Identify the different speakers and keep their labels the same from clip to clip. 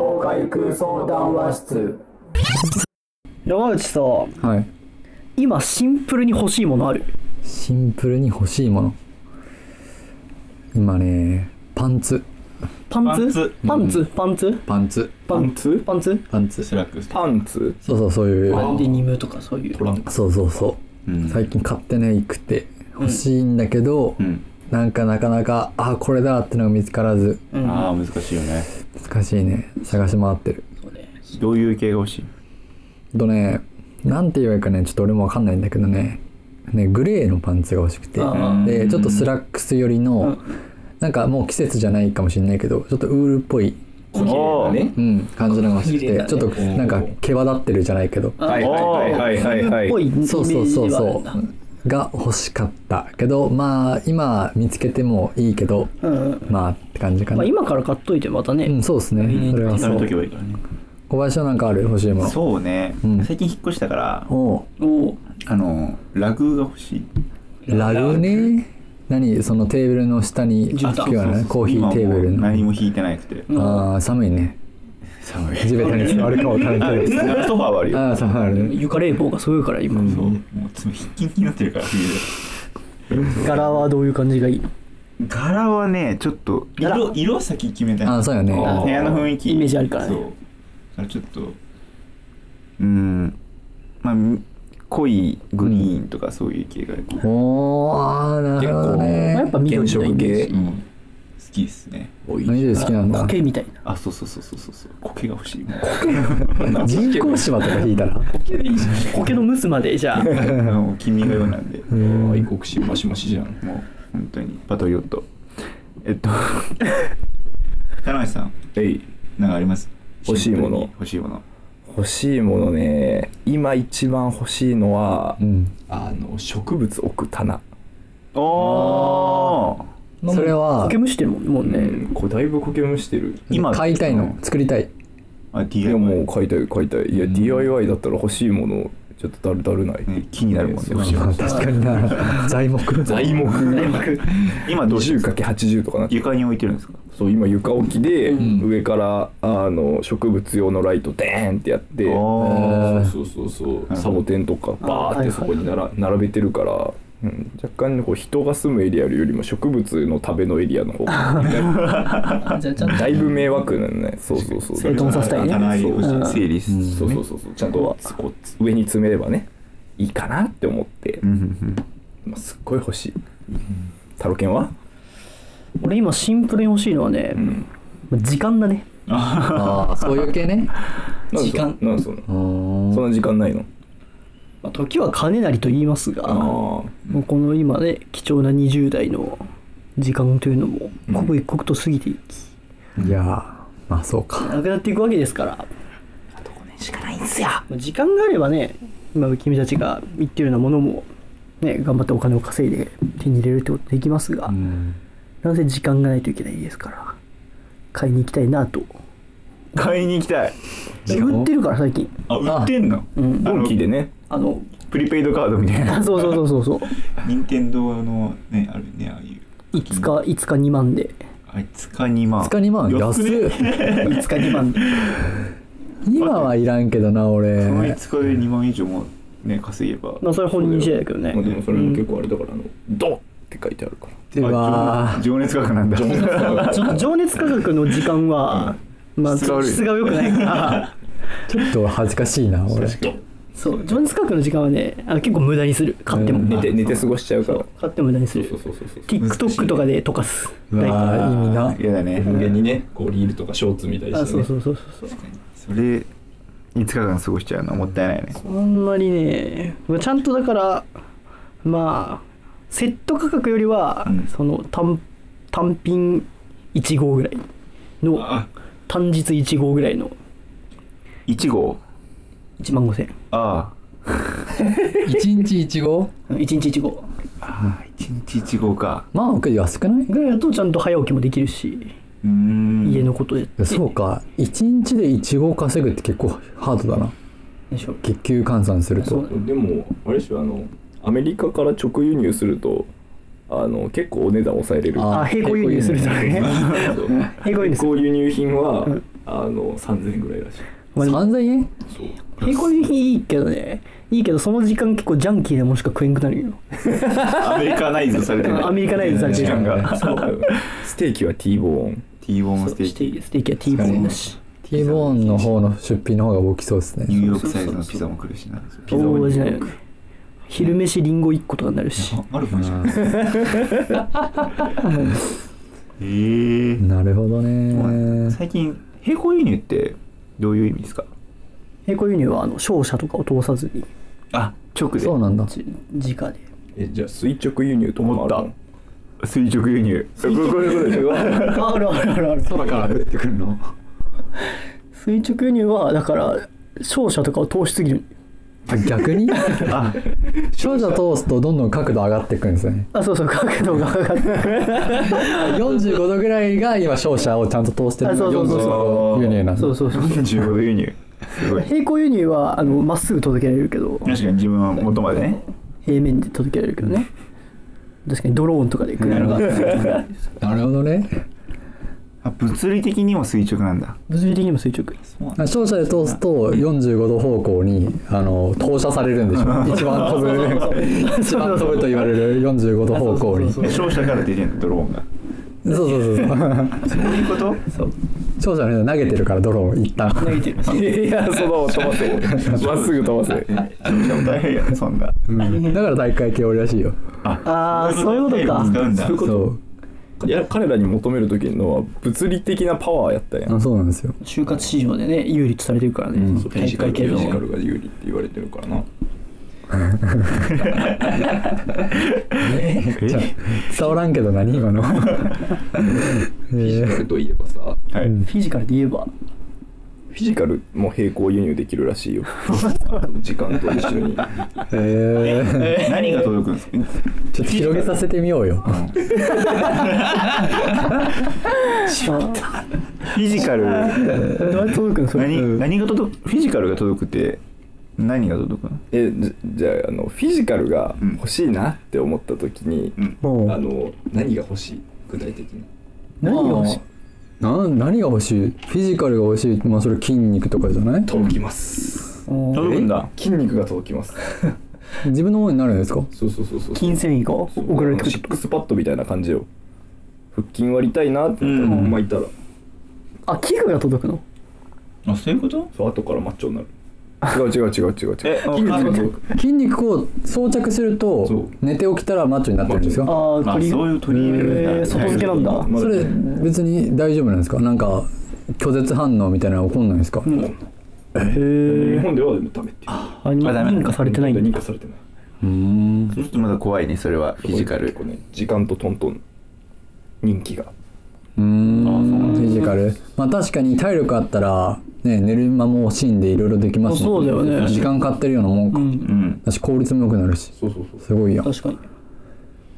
Speaker 1: 婦相談和室
Speaker 2: 山内さ
Speaker 1: はい
Speaker 2: 今シンプルに欲しいものある
Speaker 1: シンプルに欲しいもの今ねパンツ
Speaker 2: パンツパ
Speaker 1: パ
Speaker 2: ン
Speaker 1: ン
Speaker 2: ツ
Speaker 1: ツ
Speaker 2: パンツ
Speaker 1: パンツ
Speaker 2: パン
Speaker 3: ツ
Speaker 2: パンツ
Speaker 1: パンツ
Speaker 4: スラックス
Speaker 3: パンツ
Speaker 1: そうそうそういう
Speaker 2: デニムとかそういう
Speaker 4: トランク
Speaker 1: そうそうそううん最近買ってないくて欲しいんだけど、
Speaker 4: うん
Speaker 1: なんかなかなかあこれだってのが見つからず
Speaker 2: うん
Speaker 4: ああ難しいよね
Speaker 1: 難しいね探し回ってる
Speaker 2: そうね
Speaker 4: どういう系が欲しい
Speaker 1: あとねなんて言えばいいかねちょっと俺もわかんないんだけどねねグレーのパンツが欲しくて
Speaker 2: あー
Speaker 1: でちょっとスラックス寄りの、
Speaker 2: うん
Speaker 1: なんかもう季節じゃないかもしれないけどちょっとウールっぽい、
Speaker 4: おおー
Speaker 1: うん、感じのが欲しく
Speaker 2: 綺麗
Speaker 1: て、
Speaker 2: だね
Speaker 1: ちょっとなんか毛羽立ってるじゃないけど
Speaker 3: はいはいはいはいはい
Speaker 2: ぽいイメージ
Speaker 1: そうそうそう
Speaker 2: はあ
Speaker 1: そ
Speaker 2: るんだ
Speaker 1: うが欲しかったけどまあ今見つけてもいいけど
Speaker 2: うんうん
Speaker 1: まあって感じか
Speaker 2: ま
Speaker 1: な
Speaker 2: あ、今から買っといてまた
Speaker 1: う
Speaker 2: ね
Speaker 1: ん、そうですね。それはそ
Speaker 4: 食べとけ
Speaker 1: う。
Speaker 4: ばいいからね
Speaker 1: 小林はなんかある欲しいもの。
Speaker 4: そうね
Speaker 1: うん
Speaker 4: 最近引っ越したから
Speaker 1: おう
Speaker 2: おお
Speaker 4: あのラグが欲しい
Speaker 1: ラルね。何そのテーブルの下に
Speaker 2: 絨毯
Speaker 1: 敷くようなねコーヒー
Speaker 4: 今もう
Speaker 1: テーブル
Speaker 4: 何
Speaker 1: の。
Speaker 4: も引いてなくて
Speaker 1: ああ、寒いね。
Speaker 4: 寒い
Speaker 1: 地べたに座るかを垂れ
Speaker 4: あ
Speaker 1: てる。
Speaker 4: ソファーはあるよ
Speaker 1: ああ、寒いあるね。
Speaker 2: 床冷房がすごいから今、
Speaker 4: そうもう爪ひっきんきになってるから冬で
Speaker 2: 柄はどういう感じがいい
Speaker 4: 柄はねちょっと
Speaker 2: 柄
Speaker 4: 色色先決めたい
Speaker 1: ああ、そうよね。
Speaker 2: ー
Speaker 4: 部屋の雰囲気
Speaker 2: イメージあるからね
Speaker 4: そうだからちょっとうーんまあみ濃いグリーンとかそういう系が、うん
Speaker 1: おお、ああ、なるほど
Speaker 2: やっ
Speaker 1: ね。
Speaker 2: ぱ緑のイメージ
Speaker 4: 好きですね
Speaker 1: 緑好きなんだ。
Speaker 2: 苔みたいな
Speaker 4: あそうそうそうそうそうそう苔が欲しいもう
Speaker 1: 人工芝とか引いたら。
Speaker 2: 苔のムスまでじゃあ
Speaker 4: もう君のようなんでもう
Speaker 3: 愛国心マシマシじゃん
Speaker 4: 本当にパトリオットえっと田中さん
Speaker 3: えい
Speaker 4: なんかあります
Speaker 3: 欲しい
Speaker 4: シ
Speaker 3: もの
Speaker 4: ンプルに欲しいもの
Speaker 3: 欲しいものね今一番欲しいのは
Speaker 1: うん。
Speaker 3: あの植物置く棚
Speaker 4: おお
Speaker 1: それは
Speaker 2: 苔、むしてるもんもうね、
Speaker 3: うんこれだいぶ苔むしてる
Speaker 4: 今
Speaker 1: 買いたいの。作りたい。
Speaker 4: あ
Speaker 3: いや
Speaker 4: DIY
Speaker 3: もう買いたい買いたいいや、DIY だったら欲しいものちょっとだるだるない、
Speaker 4: ね気になるもんね
Speaker 3: そう
Speaker 4: 欲しいもの
Speaker 1: 確かにな。 材木。
Speaker 3: 材木
Speaker 4: 今どうしてるんですか
Speaker 3: 10×80 とかな
Speaker 4: 床に置いてるんですか
Speaker 3: そう今床置きで、
Speaker 2: う
Speaker 3: 上からあの植物用のライトデーンってやって
Speaker 4: あー
Speaker 3: そうそうそうそう
Speaker 4: ど
Speaker 3: サボテンとかバーってそこになら並べてるから、うん、若干ねこう人が住むエリアよりも植物の食べのエリアの方 が
Speaker 2: あじゃあちゃんと
Speaker 3: だいぶ迷惑なのねそうそうそう
Speaker 2: 整頓させたいね
Speaker 4: 棚入り欲しい
Speaker 2: うん
Speaker 4: 整理し
Speaker 3: そうそうそうそうちゃんとつこうつ上に詰めればねいいかなって思って
Speaker 4: う、んうん
Speaker 3: まあ、すっごい欲しいタロケンは
Speaker 2: 俺今シンプルに欲しいのはね、時間だね
Speaker 1: ああ、そういう系ね。
Speaker 3: なんで
Speaker 2: 時間
Speaker 3: そなんでそんな
Speaker 1: うーん
Speaker 3: そんな時間ないの
Speaker 2: まあ時は金なりと言いますが、
Speaker 3: ああ
Speaker 2: もうこの今ね貴重な20代の時間というのも刻一刻と過ぎていき、
Speaker 1: いやーまあそうか。
Speaker 2: なくなっていくわけですからあと5年しかないんすよ時間があればね今君たちが言ってるようなものもね頑張ってお金を稼いで手に入れるってことできますが、
Speaker 1: うん。
Speaker 2: なんせ時間がないといけないですから買いに行きたいなと
Speaker 4: 買いに行きたい
Speaker 1: 時間を
Speaker 2: 売ってるから最近
Speaker 4: あ売ってんの
Speaker 2: うん
Speaker 4: あ
Speaker 3: ド
Speaker 4: の
Speaker 3: ンキーでね
Speaker 2: あの
Speaker 4: プリペイドカードみたいな
Speaker 2: あそうそうそうそうそう
Speaker 4: 任天堂のねあるねああいう
Speaker 2: 5日5日2万で
Speaker 4: あいつか2万
Speaker 1: 2日2万
Speaker 4: よ
Speaker 1: 安
Speaker 4: くね
Speaker 1: い。
Speaker 2: 5日2万で
Speaker 1: 今はいらんけどな
Speaker 4: その5
Speaker 1: 俺
Speaker 4: 日で2万以上もね稼げば
Speaker 2: まあそれ本人次第だけどね
Speaker 3: まあ、でもそれも結構あれだから、あのドンって書いてあるから
Speaker 1: うわ
Speaker 4: あ情熱価格なんだ
Speaker 2: 情情熱価格の時間は、まあ
Speaker 4: 質が悪い
Speaker 2: 質が良くないから
Speaker 1: ーちょっと恥ずかしい な俺
Speaker 2: そう情熱価格の時間はねあの結構無駄にする買っても、
Speaker 1: うん
Speaker 3: 寝て寝て過ごしちゃうから
Speaker 2: 買っても無駄にする
Speaker 3: そうそうそうそう
Speaker 2: TikTok とかで溶かす
Speaker 1: うわー意味な
Speaker 4: 嫌だね
Speaker 3: 間にねこうリールとかショーツみたい
Speaker 2: あそうそうそうそうそう
Speaker 4: それ5日間過ごしちゃうのはもったいないね
Speaker 2: あんまりねまあちゃんとだからまあセット価格よりは、
Speaker 4: うん
Speaker 2: その単単品1号ぐらいの
Speaker 4: あ
Speaker 2: 単日1号ぐらいの
Speaker 4: 1号
Speaker 2: 1万5000
Speaker 4: あ
Speaker 1: 一日一号
Speaker 2: 円1日1号
Speaker 4: あ1日1号か
Speaker 1: まあ僕安くない
Speaker 2: ぐらいだとちゃんと早起きもできるし、
Speaker 4: うーん
Speaker 2: 家のことやって
Speaker 1: そうか一日で一号稼ぐって結構ハードだな
Speaker 2: でしょ
Speaker 1: 月給換算する
Speaker 2: そ
Speaker 1: と
Speaker 2: う
Speaker 3: でもあれでしょあのアメリカから直輸入するとあの結構お値段抑えれる
Speaker 1: あ
Speaker 2: あ、並行輸入するとかね。
Speaker 3: そう
Speaker 2: 並行輸入す
Speaker 3: こ
Speaker 2: る。
Speaker 3: う輸入品は、
Speaker 2: うん
Speaker 3: あの3000円ぐらいらしい
Speaker 2: まあでも
Speaker 1: 3000円
Speaker 3: そう
Speaker 2: 並行輸入いいけどね。いいけど、その時間結構ジャンキーでもしか食えんくなるよ。
Speaker 4: アメリカナイズされてる
Speaker 2: アメリカナイズされてる
Speaker 4: 時間が
Speaker 3: そうステーキは T ボーン
Speaker 4: T ボーン
Speaker 2: そう
Speaker 4: ステ
Speaker 2: ステ
Speaker 4: ー
Speaker 2: ー
Speaker 4: キ
Speaker 2: キステーキは T ボーンだし。
Speaker 1: T ボーンの方の出費の方が大きそうです
Speaker 4: ニュ
Speaker 1: ね
Speaker 4: ーヨークサイズのピザも来るしな
Speaker 2: 大味じゃないよ
Speaker 4: ピ
Speaker 2: ね。昼飯リンゴ1個とかになるし
Speaker 4: ザ。はあるかもしれ ないえ
Speaker 1: うんなるほどね
Speaker 4: 最近並行輸入ってどういう意味ですか
Speaker 2: 並行輸入はあの商社とかを通さずに
Speaker 4: あ直で
Speaker 1: そうなんだ
Speaker 2: じ直で。
Speaker 3: えじゃあ垂直輸入とかもある
Speaker 4: 思垂直輸入
Speaker 3: のこういうことでしょ
Speaker 2: ああるあるあるある。
Speaker 4: 空から降ってくるの
Speaker 2: 垂直輸入はだから商社とかを通しすぎる。
Speaker 1: あ逆 に
Speaker 4: あ
Speaker 1: 少女通すとどんどん角度上がっていくんですよね
Speaker 2: あ、 そうそう、角度が上がって。
Speaker 1: 45度ぐらいが今商社をちゃんと通してる
Speaker 2: あそうそうそう
Speaker 1: 45度輸入 なんだ
Speaker 2: そうそうそう。
Speaker 4: 45度輸入すごい
Speaker 2: 並行輸入はあのまっすぐ届けられるけど
Speaker 4: 確かに自分は元までね
Speaker 2: 平面で届けられるけどね確かにドローンとかで行くのが
Speaker 1: なるほどね
Speaker 4: あ物理的にも垂直なんだ
Speaker 2: 物理的にも垂直
Speaker 1: 商社で通すと45度方向にあの投射される んでしょ一番飛ぶ一番飛ぶと言われる45度方向にそう
Speaker 4: え商社から出てんのドローンが
Speaker 1: そうそうそう
Speaker 4: そういうことそう
Speaker 1: 商社の人投げてるからドローンを一旦
Speaker 2: 投げてる
Speaker 3: いやその飛ばせ まっすぐ 飛ばせ
Speaker 4: 大変やねそんな
Speaker 1: だから大会系多いらしいよ
Speaker 2: ああそういうこと
Speaker 4: 使
Speaker 2: か
Speaker 4: うんだ
Speaker 1: そう
Speaker 3: いや彼らに求める時のは物理的なパワーやったやん
Speaker 1: あそうなんですよ
Speaker 2: 就活市場でね有利とされてるからね、
Speaker 1: うん
Speaker 2: そう大会系
Speaker 3: フィ
Speaker 2: の
Speaker 3: ジカルが有利って言われてるからな
Speaker 1: じゃあ伝わらんけど何今 の
Speaker 3: フィジカルといえばさ
Speaker 4: は
Speaker 2: フ
Speaker 4: い
Speaker 2: ィジカルで言えば
Speaker 3: フィジカルも並行輸入できるらしい よ時間と一緒に
Speaker 1: えー
Speaker 4: 何が届くんですか
Speaker 1: ちょっと広げさせてみようよ
Speaker 4: フィジカル
Speaker 2: どうやって届くのそれ
Speaker 4: 何何が届くフィジカルが届くって何が届くの
Speaker 3: えじじゃああのフィジカルが欲しいなって思った時に、
Speaker 1: も
Speaker 3: あの何が欲しい具体的に
Speaker 1: 何が欲しいな何が欲しいフィジカルが欲しいまあそれ筋肉とかじゃない
Speaker 3: 届きます
Speaker 2: おー
Speaker 4: 届くんだ
Speaker 3: 筋肉が届きます
Speaker 1: 自分のものになるんですか
Speaker 3: そうそうそうそう
Speaker 2: 金銭以が
Speaker 3: そう
Speaker 2: 送られてく
Speaker 3: シ
Speaker 2: る
Speaker 3: ックスパッドみたいな感じよ腹筋割りたいなって思ったら
Speaker 4: うん
Speaker 3: 巻いたら、
Speaker 2: あ器具が届くの
Speaker 4: あそういうこと
Speaker 3: そう後からマッチョになる違う違う違う違う違う
Speaker 4: え
Speaker 3: 筋肉が届く
Speaker 1: 筋肉を装着する
Speaker 3: そ
Speaker 1: と
Speaker 3: う
Speaker 1: 寝て起きたらマッチョになってるんですよ
Speaker 2: ああ
Speaker 4: まあ
Speaker 2: 取り
Speaker 4: そういう取り入れるんだ
Speaker 2: えー外付けなんだ
Speaker 3: はい
Speaker 1: それ別に大丈夫なんですかなんか拒絶反応みたいなの起こんないんですか、
Speaker 3: 日
Speaker 2: へえ
Speaker 3: 本ではでもダメっていうあ
Speaker 4: あダメ
Speaker 2: 認可されてないん
Speaker 3: 認
Speaker 2: だ
Speaker 3: 可されてない
Speaker 4: ちょっとまだ怖いねそれはフィジカル
Speaker 3: 結構ね時間とトントン人気が
Speaker 1: うーんフィジカルまあ確かに体力あったら、ね、寝る間も惜しんでいろいろできますもん
Speaker 2: そうだよね
Speaker 1: 時間買ってるようなもんか、
Speaker 2: うん
Speaker 4: うん
Speaker 1: だし効率も良くなるし
Speaker 3: そうそうそう
Speaker 1: すごいやんへ
Speaker 2: 確かに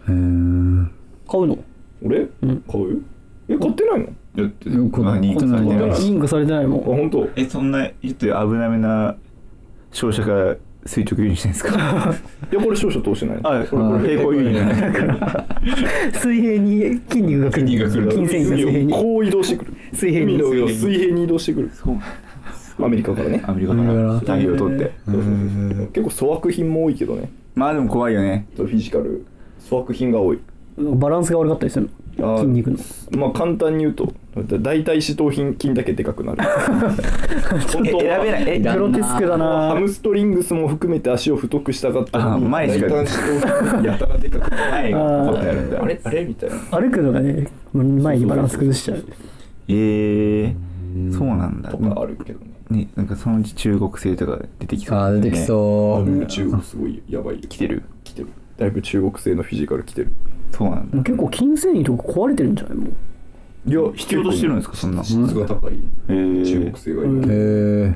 Speaker 1: ー
Speaker 2: 買うの
Speaker 3: 俺、買うえ買ってないのあ
Speaker 4: だって
Speaker 1: よく
Speaker 4: 何
Speaker 1: こんなの
Speaker 4: 何
Speaker 1: が
Speaker 2: 認可されてないもん
Speaker 3: 本当
Speaker 4: えそんな言って危なめな商社から垂直輸入してんですか
Speaker 3: いやこれ少々通してないの
Speaker 4: あこれこれ平行輸入
Speaker 2: 水平に筋肉が来る
Speaker 4: 筋肉が来る
Speaker 2: 筋繊維が水平に
Speaker 3: こう移動してくる
Speaker 2: 水平に
Speaker 3: 海の上を水平に移動してくるアメリカからね
Speaker 4: アメリカか
Speaker 1: アメリ
Speaker 4: ら
Speaker 1: カから
Speaker 4: 単位を取って
Speaker 3: そうそうそう結構粗悪品も多いけどね
Speaker 4: まあでも怖いよね
Speaker 3: そうフィジカル粗悪品が多い
Speaker 2: バランスが悪かったりする
Speaker 3: あ
Speaker 2: の
Speaker 3: ー
Speaker 2: 筋肉の
Speaker 3: まあ簡単に言うと大体四頭筋筋だけでかくなる本
Speaker 4: え
Speaker 3: 当
Speaker 4: 選べないえ
Speaker 1: いら
Speaker 2: グ
Speaker 1: ん
Speaker 2: ロテスクだ
Speaker 3: ハ
Speaker 2: な
Speaker 3: ムストリングスも含めて足を太くしたかったのに
Speaker 4: あ前しか
Speaker 3: 大胆四頭筋やたらでかくなる
Speaker 4: 前がこうやってやるんだ
Speaker 3: あれあれみたいな
Speaker 2: 歩くのがね前にバランス崩しちゃう
Speaker 4: えーそうなんだ
Speaker 3: とかあるけどね
Speaker 4: ねなんかそのうち中国製とか出てきそう
Speaker 1: あ
Speaker 4: だ
Speaker 1: ー
Speaker 4: ね
Speaker 1: 出てきそう、
Speaker 3: 中国すごいやばい
Speaker 4: 来てる
Speaker 3: 来てるだいぶ中国製のフィジカル来てる
Speaker 4: そうなんだ
Speaker 2: もう結構筋繊維とか壊れてるんじゃないもう
Speaker 3: いや
Speaker 4: 必要としてるんですかそんな
Speaker 3: 質が高い
Speaker 4: えー
Speaker 3: 中国製が今、
Speaker 1: へー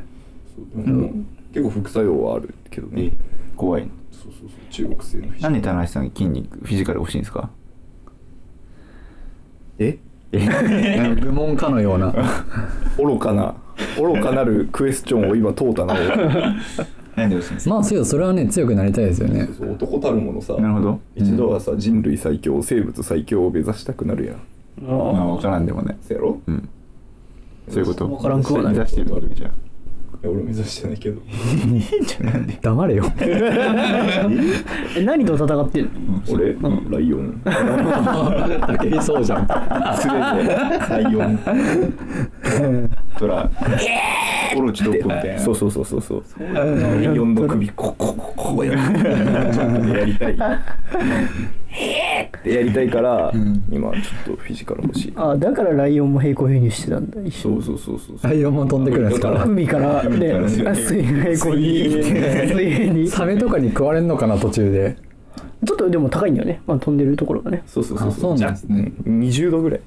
Speaker 3: そうでも結構副作用はあるけどね、
Speaker 4: え怖い
Speaker 3: そうそうそう中国製のフィジカ
Speaker 4: なん
Speaker 3: ル
Speaker 4: で田中さん筋肉フィジカル欲しいんですか
Speaker 3: え
Speaker 1: なんか愚問かのような
Speaker 3: 愚かな愚かなるクエスチョンを今問うたな俺
Speaker 4: 悩んでほしいんですよ
Speaker 1: まあそうよそれはね強くなりたいですよね
Speaker 3: そう男たるものさ
Speaker 4: なるほど
Speaker 3: 一度はさ人類最強生物最強を目指したくなるやん
Speaker 4: まあ
Speaker 2: あ
Speaker 4: 分からんでもね
Speaker 3: そやろ
Speaker 4: うんそういうこと
Speaker 2: わからんくはない
Speaker 4: 目指してるわけじゃん
Speaker 3: いや俺目指してないけど
Speaker 1: 黙れよ
Speaker 2: え何と戦ってんの
Speaker 3: 俺、ライオン
Speaker 1: 竹井 そうじゃん
Speaker 4: すべてライオントラオロチどこみたいな
Speaker 3: そうそうそうそうそうライオンの首ここここうやってちょっとやりたいえーってやりたいから、今ちょっとフィジカル欲しい
Speaker 2: あだからライオンも平行輸入してたんだ一緒
Speaker 3: そうそうそうそうそう
Speaker 1: ライオンも飛んでくるんですから
Speaker 2: 海から
Speaker 4: 海
Speaker 2: ね
Speaker 4: からね
Speaker 2: あ水平行輸入
Speaker 4: 水
Speaker 2: 水平にち
Speaker 1: サメとかに食われんのかな途中で
Speaker 2: ょっとでも高いんだよね、まあ、飛んでるところがね
Speaker 3: そうそうそう
Speaker 1: あそうなんですね
Speaker 3: じゃあ20度ぐらい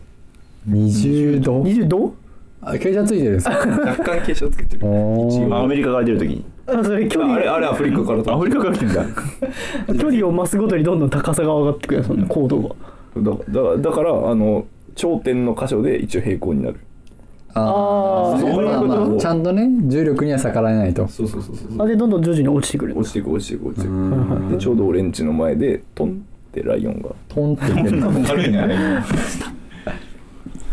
Speaker 1: 20度
Speaker 2: 20度
Speaker 1: あ傾斜ついてるんですか
Speaker 3: 若干傾斜つけてる
Speaker 1: おー
Speaker 4: あアメリカから出るときに
Speaker 2: あそれ距
Speaker 3: あ
Speaker 2: 離
Speaker 3: れあれアフリカから
Speaker 4: ア
Speaker 3: だ
Speaker 4: フリカから来てんだ
Speaker 2: 距離を増すごとにどんどん高さが上がってくるよその高度が
Speaker 3: だだだからあの頂点の箇所で一応平行になる
Speaker 1: あ
Speaker 2: あ
Speaker 1: ー
Speaker 2: ー
Speaker 1: そう
Speaker 3: そういうこと
Speaker 1: まあまあちゃんとね重力には逆らえないと
Speaker 3: そうそうそうそ
Speaker 2: あ
Speaker 3: う
Speaker 2: でどんどん徐々に落ちてくるんだ
Speaker 3: 落ちていく落ちていく落ちていく
Speaker 1: ん
Speaker 3: でちょうど俺んちの前でトンってライオンが
Speaker 1: ポンっていける
Speaker 4: 軽いねあれ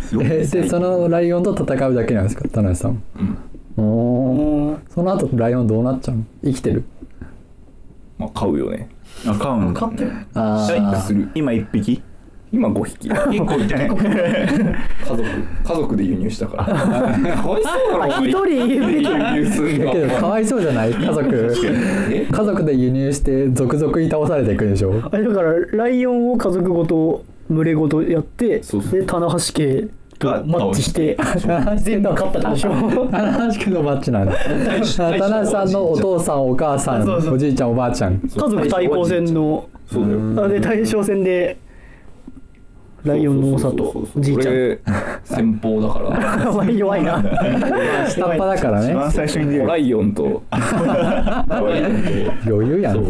Speaker 4: すごい
Speaker 1: えでそのライオンと戦うだけなんですか田辺さん、おおその後ライオンどうなっちゃうの生きてる
Speaker 3: まあ飼うよね
Speaker 4: あ買うの買って
Speaker 1: あ
Speaker 4: シャインクする今一匹
Speaker 3: 今5匹家
Speaker 4: 結構いたね
Speaker 3: 族家族で輸入したからかわいそうだろお
Speaker 2: 一
Speaker 3: 前
Speaker 2: 人一 匹
Speaker 3: 輸入すん
Speaker 1: だけど
Speaker 3: の
Speaker 1: かわいそうじゃない家族
Speaker 3: え
Speaker 1: 家族で輸入して続々に倒されていくでしょ
Speaker 2: あれだからライオンを家族ごと群れごとやって
Speaker 3: そうそう
Speaker 2: で棚橋家とマッチして全部勝ったでし ょ
Speaker 1: 棚橋家のマッチなんだ棚橋さんのお父さんお母さん
Speaker 2: そうそう
Speaker 1: おじいちゃんおばあちゃん
Speaker 2: 家族対抗戦の
Speaker 3: そうだよ
Speaker 2: あで大将戦でライオンの多さ
Speaker 3: そう
Speaker 2: と
Speaker 3: そうそうそう
Speaker 2: じいちゃ ん
Speaker 3: 俺先方だ から
Speaker 2: あまり弱いな
Speaker 1: 下っ端だから
Speaker 4: 一
Speaker 1: ね
Speaker 4: 番最初に出
Speaker 3: ラ
Speaker 4: る
Speaker 3: イオン とライオン
Speaker 1: 余裕や
Speaker 3: と
Speaker 1: ん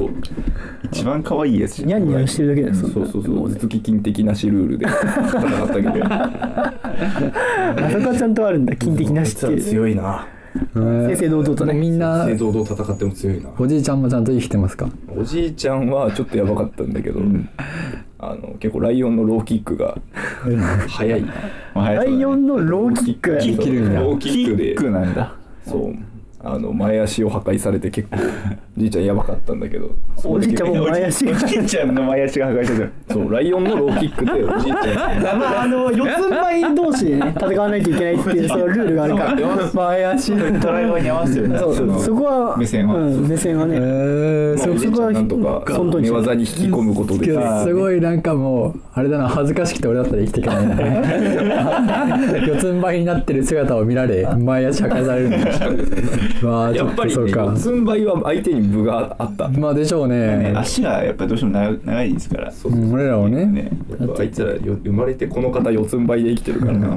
Speaker 4: 一番可愛いやつ
Speaker 2: ニャンニャンしてるだけだよ
Speaker 3: そうそうそうそう頭突き筋的なしルールで戦った けど
Speaker 2: あそこはちゃんとあるんだ金的なしっていう
Speaker 3: いな
Speaker 2: 正々堂々とね
Speaker 1: みんな
Speaker 3: 堂々戦っても強いな
Speaker 1: おじいちゃんもちゃんと生きてますか
Speaker 3: おじいちゃんはちょっとやばかったんだけど、あの結構ライオンのローキックが速い
Speaker 4: ラ
Speaker 2: ライオンのローキック
Speaker 1: できるんだ
Speaker 3: ローキックで
Speaker 4: ックなんだ
Speaker 3: そうあの前足を破壊されて結構おじいちゃんやばかったんだけど
Speaker 2: おじいちゃんも前足が
Speaker 4: おじいちゃんの前足が破壊してる
Speaker 3: そうライオンのローキックでおじいちゃん
Speaker 2: まああの四つん這い同士でね戦わないといけないっていうそのルールがあるから
Speaker 1: 前足
Speaker 4: ドライバーに合わせてるね
Speaker 2: そうそこは
Speaker 4: 目線は
Speaker 2: うん、目線は
Speaker 1: え
Speaker 2: ね、
Speaker 1: ー、
Speaker 3: まあおじいちゃんなんとか
Speaker 2: その通り
Speaker 3: 寝技に引き込むことで
Speaker 1: けどすごいなんかもうあれだな恥ずかしくて俺だったら生きていけないな 四つん這いになってる姿を見られ前足破壊される のまあち
Speaker 3: や
Speaker 1: ょ
Speaker 3: っ
Speaker 1: っ
Speaker 3: ぱ
Speaker 1: と
Speaker 3: り
Speaker 1: そう
Speaker 3: ね四
Speaker 1: か
Speaker 3: つん這いは相手に分があった
Speaker 1: まあでしょうね
Speaker 4: ね足がやっぱどうしても長い長いですから
Speaker 3: そううそうん
Speaker 1: 俺らをね
Speaker 4: ね
Speaker 3: やっぱあいつらよ生まれてこの方四つん這いで生きてるからな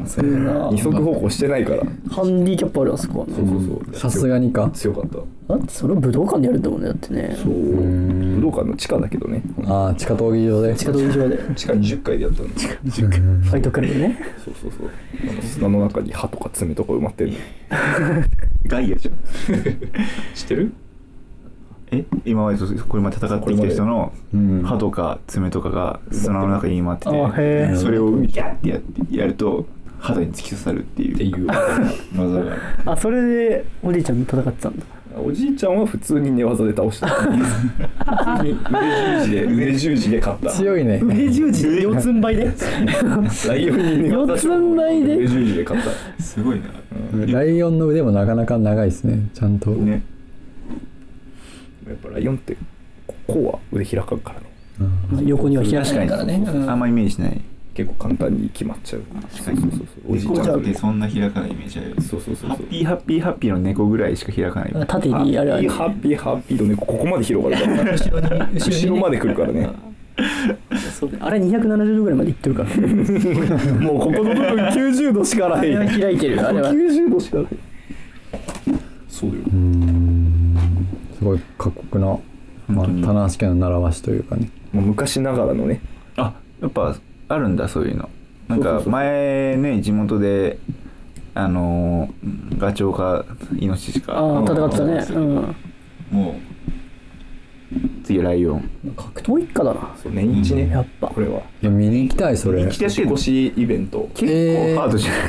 Speaker 3: 二足歩行してないから
Speaker 2: ハンディキャップあるあそこはね
Speaker 3: そうそうそう
Speaker 1: さすがにか
Speaker 3: 強かった
Speaker 2: だってそれを武道館でやるんだもんねだってね
Speaker 3: そう武道館の地下だけどね
Speaker 1: ああ地下闘技場で
Speaker 2: 地下道場でフ
Speaker 3: 地下20階でやったの地下
Speaker 2: ァイトクラブね
Speaker 3: そうそうそうあの砂の中に歯とか爪とか埋まってるの
Speaker 4: ガイアじゃん
Speaker 3: 知ってる
Speaker 4: え今までそうこれまで戦ってきた人の歯とか爪とかが砂の中に埋まって
Speaker 2: あへ
Speaker 4: て
Speaker 2: ー
Speaker 4: それをギャッてやってやると肌に突き刺さるって
Speaker 3: って
Speaker 4: いう
Speaker 3: いう
Speaker 4: 技が
Speaker 2: あそれでおじいちゃんと戦ってたんだ
Speaker 3: おじいちゃんは普通に寝技で倒した普通に腕十字で腕十字で勝った
Speaker 1: 強いね
Speaker 2: 腕十字で四つん這いで
Speaker 3: ライオンに寝技
Speaker 2: 四つん這いで
Speaker 3: 腕十字で勝った
Speaker 4: すごいな
Speaker 1: ライオンの腕もなかなか長いですねちゃんと、
Speaker 4: ね
Speaker 3: やっぱライオンってここは腕開かんからね
Speaker 2: 横には開かないからね
Speaker 4: あんまイメージしない
Speaker 3: 結構簡単に決まっちゃう
Speaker 4: かに
Speaker 3: そうそうそうおじいちゃん
Speaker 4: ってそんな開かないイメージある
Speaker 3: そうそうそう
Speaker 4: ハ
Speaker 3: そ
Speaker 4: ッ
Speaker 3: う
Speaker 4: ピーハッピーハッピーの猫ぐらいしか開かない
Speaker 2: 縦にあれはね
Speaker 3: ハッピーハッピーとねここまで広がるから後ろまで来るからね
Speaker 2: そうねあれ270度ぐらいまでいってるから
Speaker 3: もうここの部分90度しかな
Speaker 2: あれはい開いてるあれは
Speaker 3: 90度しかないそうだよ
Speaker 1: すごい過酷な、まあ、
Speaker 4: 本当に
Speaker 1: 棚橋家の習わしというかね
Speaker 3: もう昔ながらのね
Speaker 4: あやっぱあるんだそういうのなん
Speaker 3: そうそ
Speaker 4: か
Speaker 3: うそう
Speaker 4: 前ね地元であのーガチョウかイノシシか
Speaker 2: ああ戦ってたねうん
Speaker 4: もう次ライオン
Speaker 2: 格闘一家だな
Speaker 3: そう年一ね
Speaker 2: やっぱ
Speaker 3: これはい
Speaker 1: や見に行きたいそれ
Speaker 3: 年越しイベント
Speaker 4: 結
Speaker 1: えー
Speaker 4: 構ハードじゃない、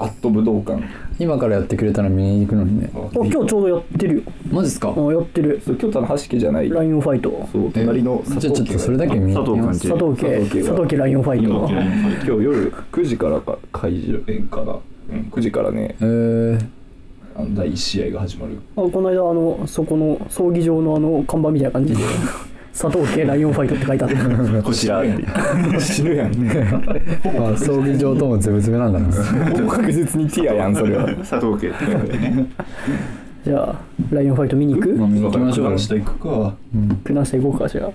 Speaker 3: アット武道館
Speaker 1: 今からやってくれたら見に行くのにね
Speaker 3: あ
Speaker 2: お今日ちょうどやってるよ
Speaker 1: マジっすか
Speaker 2: あやってる
Speaker 3: そう今日棚橋家じゃない
Speaker 2: ライオンファイト
Speaker 3: そう隣の
Speaker 1: じゃあちょっとそれだけ見に行きます
Speaker 2: 佐藤家
Speaker 3: 佐藤家が
Speaker 2: 佐藤家ライオンファイト
Speaker 4: 佐藤家
Speaker 3: 今日夜9時からか会場園から、うん、9時からね
Speaker 1: えー、
Speaker 3: あの第1試合が始まる
Speaker 2: あこの間あのそこの葬儀場のあの看板みたいな感じで佐藤家ライオンファイトって書いてあった
Speaker 4: こちらって
Speaker 3: 死ぬや ん
Speaker 1: まあ葬儀場ともズブズブなんだ な
Speaker 3: ほぼ確実にティアやんそれは
Speaker 4: 佐藤家って書いてあるね
Speaker 2: じゃあライオンファイト見に行く
Speaker 1: まあ見に行きましょうよ
Speaker 3: 下行くか
Speaker 2: プナしていこうかじゃあ